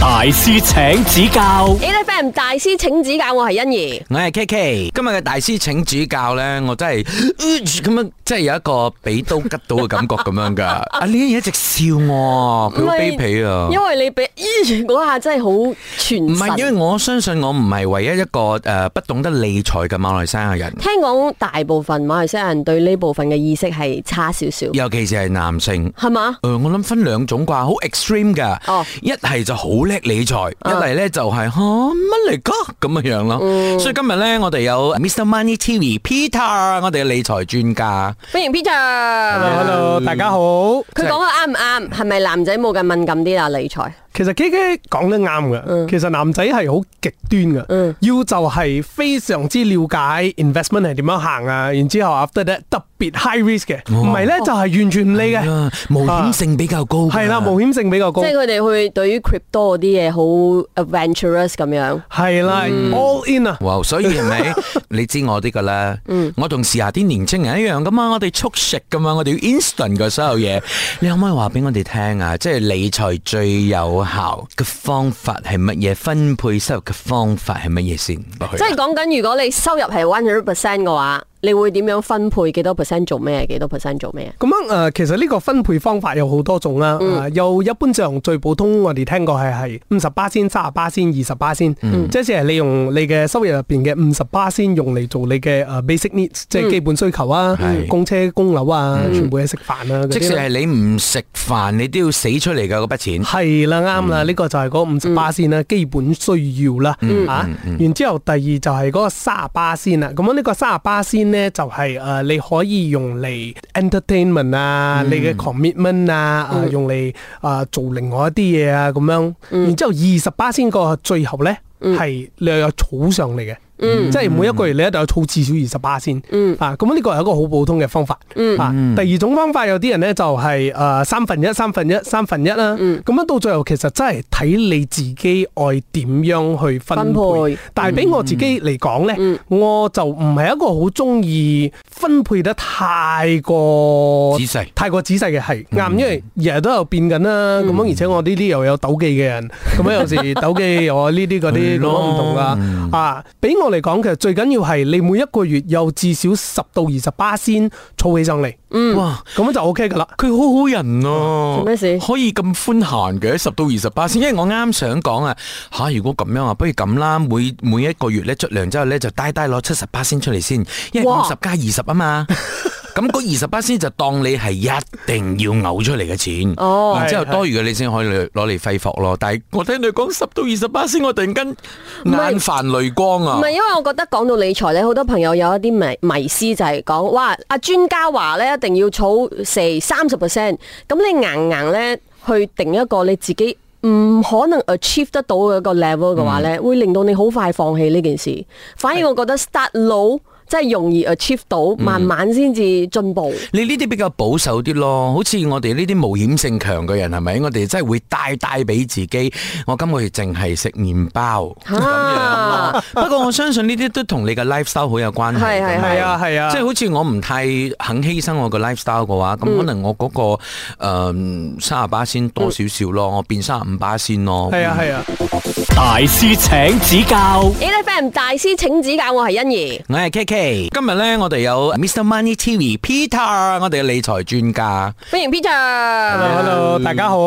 大師請指教， A F M 大師請指教，我係欣怡。我係 K K，今日嘅大師請指教咧，我真係咁樣，即係有一個俾刀吉到嘅感覺咁樣噶。 阿 Lily 一直笑我，佢好卑鄙啊！因為你俾 咦嗰下真係好全唔係，因為神。我相信我唔係唯一一個誒、呃不懂得理財嘅馬來西亞人，聽講大部分馬來西亞人對呢部分嘅意識係差少少，尤其是係男性。係嘛？誒、我諗分兩種啩，好 extreme 噶。哦一係就好叻理財，一嚟咧就係嚇乜嚟㗎咁樣樣咯。所以今日咧，我哋有 Mr Money TV Peter，我哋嘅理財專家。歡迎 Peter。啊 Hello，大家好。佢講得啱唔啱？係咪男仔冇咁敏感啲啊？理財其實 K K 講得啱嘅，其實男仔係好極端嘅，嗯要就係非常之了解 investment 係點樣行啊，然之後 after that 特別 high risk 嘅，唔係咧就係完全唔理嘅，啊冒險性比較高㗎。係啦，冒險性比較高即，係佢哋去對於 crypto 嗰啲嘢好 adventurous 咁樣。啊係啦，all in 啊，哇！所以係 咪你知我啲噶啦？嗯我同時下啲年青人一樣噶嘛，我哋速食噶嘛，我哋要 instant 嘅所有嘢。你可唔可以話俾我哋聽啊？即係理財最有效嘅方法係乜嘢？分配收入嘅方法係乜嘢先？即係講緊，如果你收入係 one hundred percent 嘅話，你會點樣分配幾多 percent 做咩，幾多 percent 做咩？咁樣誒、呃其實呢個分配方法有好多種啦，嗯啊有一般上最普通我哋聽過係係五十巴仙、三十巴仙、二十巴仙，嗯即係你用你嘅收入入邊嘅五十巴仙用嚟做你嘅誒 basic needs，即嗯係基本需求啊係，供車、供樓啊，全部嘢食飯啊嗰嗯即使啲啦。係你唔食飯，你都要死出嚟噶嗰筆錢。係啦，啱啦，呢個就係嗰五十巴仙啦，基本需要啦，啊，然之後第二就係嗰個三十巴仙啦，咁樣呢個三十巴仙咧就係誒你可以用嚟 entertainment 啊，你嘅 commitment 啊，啊用嚟啊做另外一啲嘢啊咁樣，然之後二十巴仙個最後咧係你又有儲上嚟嘅。即係每一個月你一定有儲至少二十巴仙，啊，咁呢個係一個好普通嘅方法，啊，第二種方法有啲人咧就係誒三分一、三分一、三分一啦，咁樣到最後其實真係睇你自己愛點樣去分分配嗯配，但係俾我自己嚟講咧，我就唔係一個好中意分配得太過仔細太過仔細嘅係啱，因為日日都有變緊啦，咁樣而且我呢啲又有鬥技嘅人，咁樣有時鬥技我呢啲嗰啲咁樣唔同噶啊！俾我嚟講，其實最緊要係你每一個月有至少十到二十巴仙儲起上嚟，嗯嗯哇！咁樣就 OK 噶啦。佢好好人啊！做咩事可以咁寬閒嘅十到二十八先，因為我啱想講啊吓，如果咁樣啊，不如咁啦，每每一個月咧出糧之後咧就低低攞七十八先出嚟先，因為哇五十加二十 啊嘛。咁嗰二十八先就當你係一定要嘔出嚟嘅錢，哦然之後係係多餘嘅你先可以攞嚟揮霍咯。但係我聽你講十到二十八先，我突然間係眼泛淚光啊唔係，！因為我覺得講到理財咧，好多朋友有一啲迷迷思就係講，哇！阿專家話咧，一定要儲四三十 percent，咁你硬硬咧去定一個你自己唔可能 achieve 得到嘅一個 level 嘅話咧，會令到你好快放棄呢件事。反而我覺得 start low 真係容易 achieve 到，慢慢先至進步。你呢啲比較保守啲咯，好似我哋呢啲冒險性強嘅人係咪？我哋真係會帶帶俾自己，我今個月淨係食麵包。啊，不過我相信呢啲都同你嘅 lifestyle 好有關係係係㗎嘛係啊係啊即係好似我唔太肯犧牲我嘅 lifestyle 嘅話，嗯咁可能我嗰、個誒三十八先多少少嗯咯，我變三十五巴先咯。嗯係啊係啊，大師請指教， A F M 大師請指教，我係欣怡。我係 K K，今日咧我哋有 Mr Money TV Peter，我哋嘅理財專家。歡迎 Peter。啊 Hello，大家好。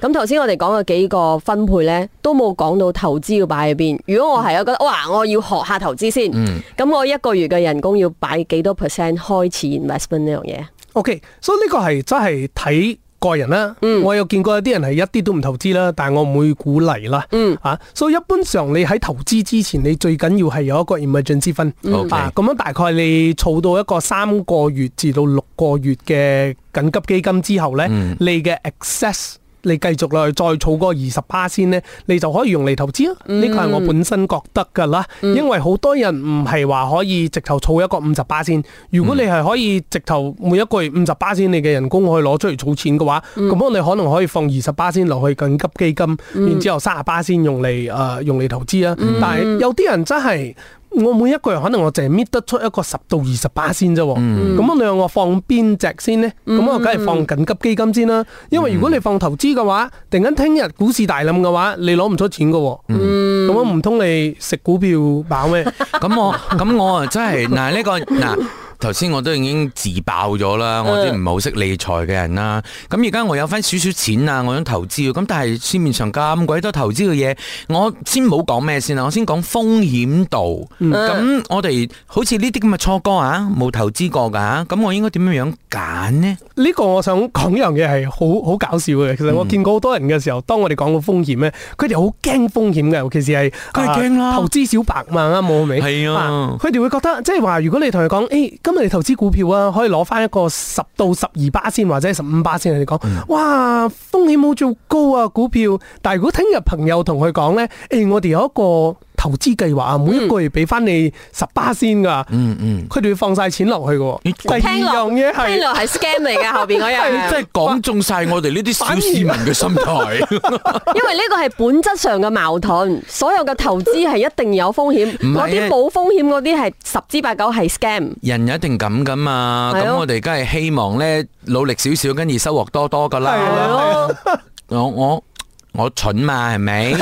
咁頭先我哋講嘅幾個分配呢，都冇講到投資要擺喺邊。如果我係我覺得，哇，我要學下投資先，嗯咁、我一個月嘅人工要擺幾多 percent 開始 investment 呢樣嘢？ OK，所以呢個係真係睇個人啦。我有見過有啲人係一啲都唔投資啦，但係我唔會鼓勵啦。嗯啊，所以一般上你喺投資之前，你最緊要係有一個 emergency fund、 OK 啊，咁樣大概你儲到一個三個月至到六個月嘅緊急基金之後呢，你嘅 excess。你繼續落去再儲嗰二十巴先呢，你就可以用嚟投資啦。呢個係我本身覺得㗎啦，因為好多人唔係話可以直頭儲一個五十巴先。如果你係可以直頭每一個月五十巴先，你嘅人工可以攞出嚟儲錢嘅話，咁樣你可能可以放二十巴先落去緊急基金，然之後三十巴先用嚟誒、呃用嚟投資啦。但係有啲人真係。我每一個人可能我淨係搣得出一個十到二十巴先啫喎。咁我兩個放邊只先呢？咁我梗係放緊急基金先啦。因為如果你放投資嘅話，突然間聽日股市大冧嘅話，你攞唔出錢嘅喎。咁我唔通你食股票飽咩？咁我咁我啊真係嗱呢個嗱。頭先我都已經自爆咗啦，我啲唔係好識理財嘅人啦。咁而家我有翻少少錢啊，我想投資喎咁但係市面上咁鬼多投資嘅嘢，我先唔好講咩先啦，我先講風險度。咁、我哋好似呢啲咁嘅初哥啊，冇投資過㗎啊咁我應該點樣樣揀呢？呢個我想講一樣嘢係好好搞笑嘅。其嗯實我見過好多人嘅時候，當我哋講到風險咧，佢哋好驚風險嘅，尤其是係梗係驚啦啊投資小白嘛，啱冇未？係啊佢哋會覺得即係話，如果你同佢講，誒、今日你投資股票啊，可以攞翻一個十到十二巴先或者十五巴先，你講，嗯哇，風險冇做高啊股票。但係如果聽日朋友同佢講咧，誒、我哋有一個投資計劃啊，每一個月俾翻你十巴先㗎，嗯嗯，佢哋會放晒錢落去嘅喎。第二聽落樣嘢係聽。落係 scam 嚟嘅，後邊 嗰你樣真。係講中晒我哋呢啲小反而市民嘅心態。因為呢個係本質上嘅矛盾，所有嘅投資係一定有風險，唔係嗰啲啊冇風險嗰啲係十之八九係 scam。人一定咁噶嘛，係咁咯我哋梗係希望咧努力少少，跟住收穫多多噶係啊啦。咯，我我我蠢嘛，係 咪？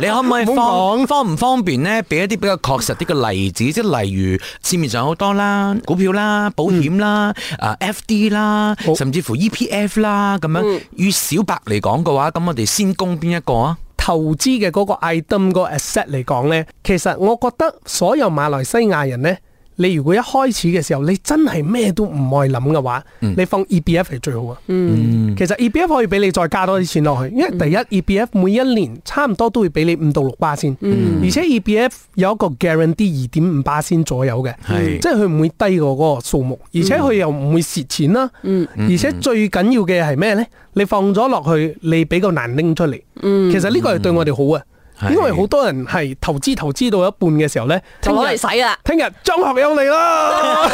你可唔可以唔好方方唔方便咧？俾一啲比較確實啲嘅例子，即係例如市面上好多啦，股票啦、保險啦、啊 FD 啦，嗯好嗯甚至乎 EPF 啦咁樣。與小白嚟講嘅話，咁我哋先攻邊一個啊？投資嘅嗰個 item 嗰個 asset 嚟講呢，其實我覺得所有馬來西亞人呢，你如果一開始嘅時候你真係咩都唔愛諗嘅話，你放 EBF 係最好啊。嗯，其實 EBF 可以俾你再加多啲錢落去，因為第一 EBF 每一年差唔多都會俾你五到六巴先，而且 EBF 有一個 guarantee 二點五巴先左右嘅，係即係佢唔會低過嗰個數目，而嗯且佢又唔會蝕錢啦。而且最緊要嘅係咩呢？你放咗落去，你比較難拎出嚟。嗯其實呢個係對我哋好啊，係因為好多人係投資投資到一半嘅時候呢，就聽攞日嚟使啦。聽日張學友嚟 啦，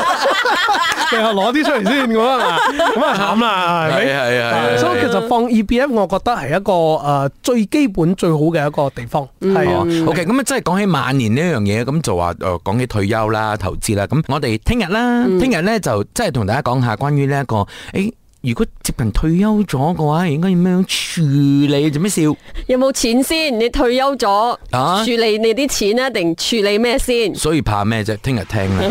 你又攞啲出嚟先咁啊，咁啊慘啦，係咪？係啊所以其實放 EBF，我覺得係一個誒、呃最基本最好嘅一個地方，嗯係啊。哦，OK，咁啊，真係講起晚年呢樣嘢，咁就話誒講起退休啦、投資啦，咁我哋聽日啦，嗯聽日咧就真係同大家講下關於呢一個誒。如果接近退休咗嘅話，應該要咩樣處理？做 咩笑？有冇錢先？你退休咗，啊處理你啲錢啊，定處理咩先？所以怕咩啫？聽日聽 啦。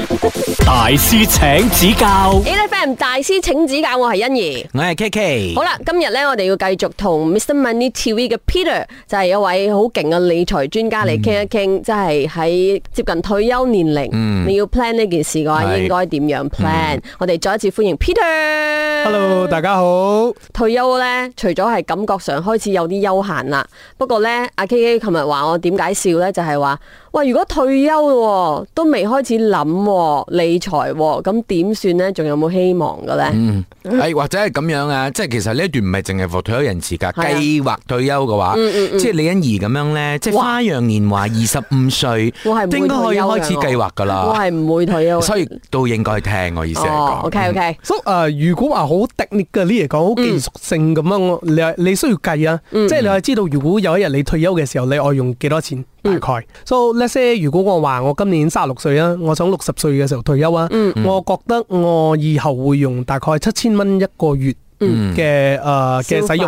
大師請指教， A F M 大師請指教，我係欣怡。我係 K K。好啦，今日咧我哋要繼續同 Mr Money TV 嘅 Peter 就係一位好勁嘅理財專家嚟嗯傾一傾，即係喺接近退休年齡，嗯你要 plan 呢件事嘅話，係應該點樣 plan？、我哋再一次歡迎 Peter。 Hello，大家好。退休咧，除咗係感覺上開始有啲休閒啦，不過咧，阿 K K 琴日話我點解笑咧，就係話，喂，如果退休喎，都未開始諗喎理財喎，咁點算咧？仲有冇希望嘅咧？嗯，誒或者係咁樣啊，即係其實呢一段唔係淨係 for 退休人士係㗎，啊嗯計劃退休嘅話，即係李欣怡咁樣咧，即係哇花樣年華二十五歲，我係唔會應該可以退休㗎開始計劃㗎我啦。係唔會退休嘅。所以都應該聽我意思係哦講。 ，OK OK，所以誒，如果話好 technical 嚟講，好技術性咁樣，我你你需要計啊，即係你係知道，如果有一日你退休嘅時候，你愛用幾多錢大概。所以 let's say，如果我話我今年三十六歲啊，我想六十歲嘅時候退休啊，我覺得我以後會用大概七千蚊一個月。嘅誒嘅使消用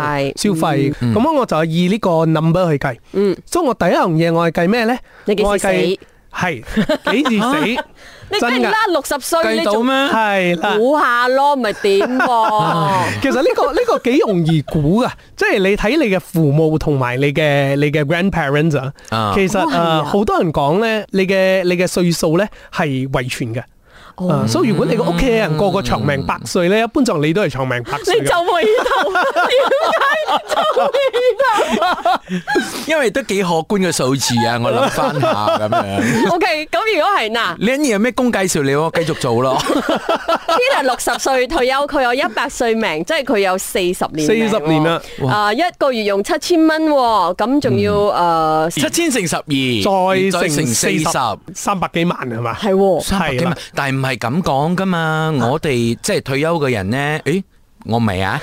消費費，咁我就以呢個 number 去計。嗯，所以我第一樣嘢我係計咩呢？你幾時我死？係計 係幾時死？你真梗㗎啦，六十歲你計到仲咩？係啦。估下咯，咪點 喎？其實呢、個呢、 個幾容易估噶，即係你睇你嘅父母同埋你嘅你嘅 grandparents 啊。啊其實哦係啊誒好、多人講咧，你嘅你嘅歲數咧係遺傳嘅。哦啊所以如果你個屋企人個個長命百歲咧，一般就你都係長命百歲你㗎。皺眉頭，點解皺眉頭啊？因為都幾可觀嘅數字啊，我諗翻下咁 樣。 O K，咁如果係嗱你欣怡有咩功介紹你，我繼續做咯。 ，Peter 六十歲退休，佢有一百歲命，即係佢有四十年命喎。 40年啦啊，一個月用七千蚊喎，咁仲要誒七千乘十二，再乘四四十十，三百幾萬係嘛？係喎，三百幾係啦萬。但係唔係咁講噶嘛？我哋即係退休嘅人咧，誒，我未啊，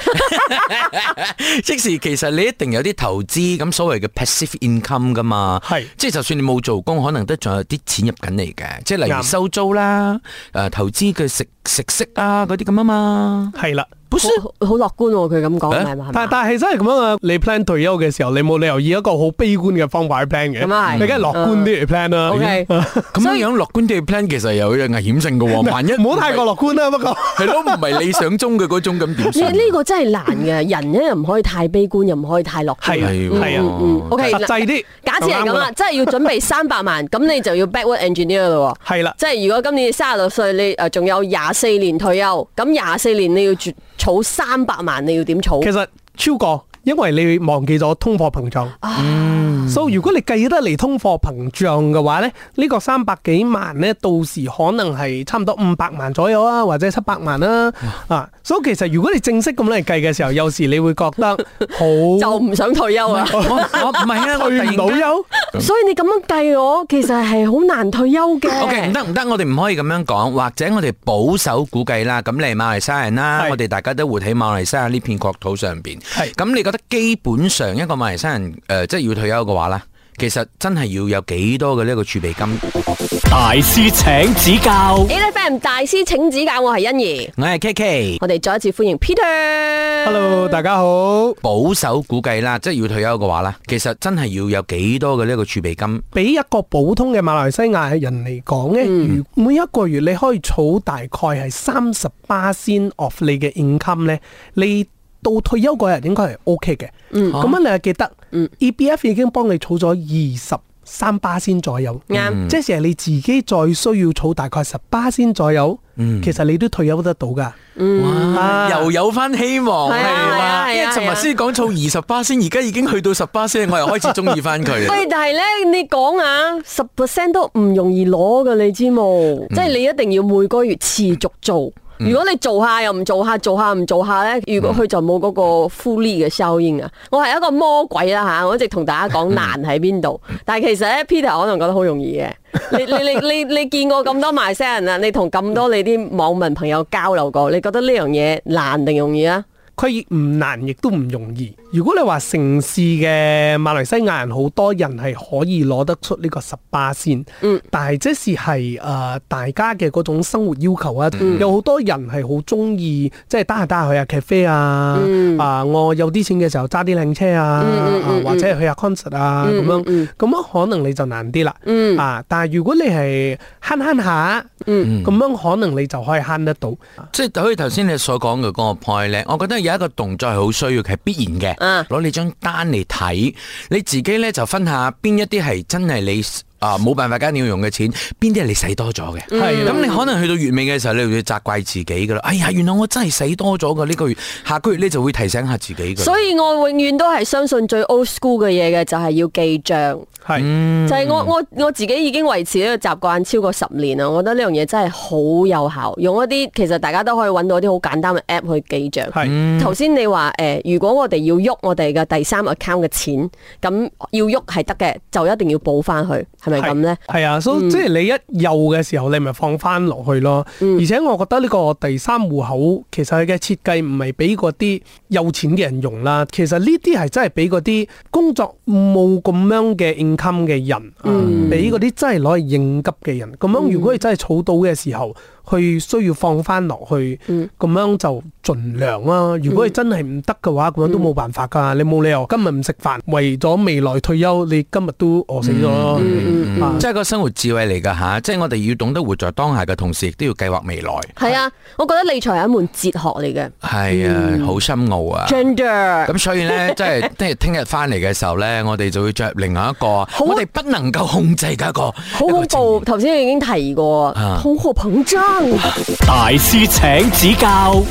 即是其實你一定有啲投資咁所謂嘅 passive income 噶嘛，係即係就算你冇做工，可能都仲有啲錢入緊嚟嘅，即係例如啱收租啦，誒、投資嘅食食息啊嗰啲咁啊嘛，係啦。好好樂觀喎，佢咁講誒係嘛？但但係真係咁樣啊！你 plan 退休嘅時候，你冇理由以一個好悲觀嘅方法去 plan 嘅，咁啊係嗯你梗係樂觀啲嚟 plan 啦。 OK 咁樣樣樂觀地 plan 其實有危險性嘅喎，萬一唔好太過樂觀啦，不過係咯，唔係理想中嘅嗰種咁點呢啊算？呢個真係難嘅，人咧又唔可以太悲觀，又唔可以太樂係觀。啊係喎係嗯嗯啊， ，OK，實際啲。假設係咁啦，真係要準 備三百萬，咁你就要 backward engineer 咯喎。係啦，即係如果今年三十六歲，你誒仲有廿四年退休，咁廿四年你要儲儲三百萬，你要點儲？其實超過，因為你忘記咗通貨膨脹。啊所以如果你計得嚟通貨膨脹嘅話咧，呢、個三百幾萬咧，到時可能係差唔多五百萬左右啊，或者七百萬啦、啊。所以其實如果你正式咁嚟計嘅時候，有時你會覺得 就好唔想退休 啦。我我唔 係啊，我突退然唔間到休。所以你咁樣計我，其實係好難退休嘅。 O K，唔得唔得，我哋唔可以咁樣講，或者我哋保守估計啦。咁你係馬來西亞人啦，係我哋大家都活喺馬來西亞呢片國土上邊。係咁，你覺得基本上一個馬來西亞人誒、呃即係要退休嘅話咧，其實真係要有幾多嘅呢個儲備金？大師請指教， A F M 大師請指教，我係欣怡。我係 K K，我哋再一次歡迎 Peter。 Hello，大家好，保守估計啦，即係要退休嘅話咧，其實真係要有幾多嘅呢個儲備金？俾一個普通嘅馬來西亞人嚟講咧，如每一個月你可以儲大概係三十巴仙 of 你嘅 income 咧，你到退休嗰日應該係 OK 嘅。咁啊樣你係記得、EBF 已經幫你儲咗二十三巴仙左右，啱即係你自己再需要儲大概十巴仙左右，其實你都退休得到㗎。哇，啊又有翻希望係啊係係啊係啦，啊因為尋日先講儲二十巴先，而家已經去到十巴先，我又開始中意翻 佢啦。喂，但係咧，你講啊，十 percent 都唔容易攞噶，你知冇？即係你一定要每個月持續做。如果你做下又唔做下，做下唔做下咧，如果佢就冇嗰個 fully 嘅效應啊！我係一個魔鬼啦吓，我一直同大家講難喺邊度，但係其實咧 Peter 可能覺得好容易嘅。你你你你你見過咁多埋西人啊？你同咁多你啲網民朋友交流過，你覺得呢樣嘢難定容易啊？佢唔難，亦都唔容易。如果你話城市嘅馬來西亞人好多人係可以攞得出呢個十巴仙，嗯、但係即是係誒、呃大家嘅嗰種生活要求啊，嗯有好多人係好中意即係得閒得閒去下 cafe 啊，啊、嗯我有啲錢嘅時候揸啲靚車啊，啊或者去下 concert 啊嗯咁、樣，咁、樣可能你就難啲啦。啊，但係如果你係慳慳下，咁、嗯樣可能你就可以慳得到。即係好似頭先你所講嘅嗰個 point 咧，我覺得有一個動作係好需要嘅，係必然嗯嘅。攞你張單嚟睇，你自己咧就分下邊一啲係真係你啊冇辦法間要用嘅錢，邊啲係你使多咗嘅。嗯係啦咁你可能去到月尾嘅時候，你就會責怪自己噶啦。哎呀，原來我真係使多咗㗎呢個月，下個月咧就會提醒下自己㗎。所以我永遠都係相信最 old school 嘅嘢嘅就係要記帳。係。就係我我我自己已經維持呢個習慣超過十年啦，我覺得呢樣嘢真係好有效，用一啲其實大家都可以揾到一啲好簡單嘅 app 去記帳。係頭先你話誒、呃如果我哋要喐我哋嘅第三 account 嘅錢，咁要喐係得嘅，就一定要補翻去，係咪咁呢？係啊，所以即係你一有嘅時候，你咪放翻落去咯。而且我覺得呢個第三户口其實佢嘅設計唔係俾嗰啲有錢嘅人用啦，其實呢啲係真係俾嗰啲工作冇咁樣嘅 income 嘅人，啊俾嗰啲真係攞嚟應急嘅人。咁樣如果你真係儲到嘅時候，去需要放翻落去，咁樣就盡量啦。如果你真係唔得嘅話，咁樣都冇辦法㗎。你冇理由今日唔食飯，為咗未來退休，你今日都餓死咗咯。啊即係個生活智慧嚟㗎吓，即係我哋要懂得活在當下嘅同時，亦都要計劃未來。係啊，我覺得理財係一門哲學嚟嘅係啊，好深奧啊。 ，gender 咁所以咧，即係即係聽日翻嚟嘅時候咧，我哋就會着另外一個，我哋不能夠控制嘅一個，好恐怖。頭先已經提過，啊通貨膨脹。大師請指教。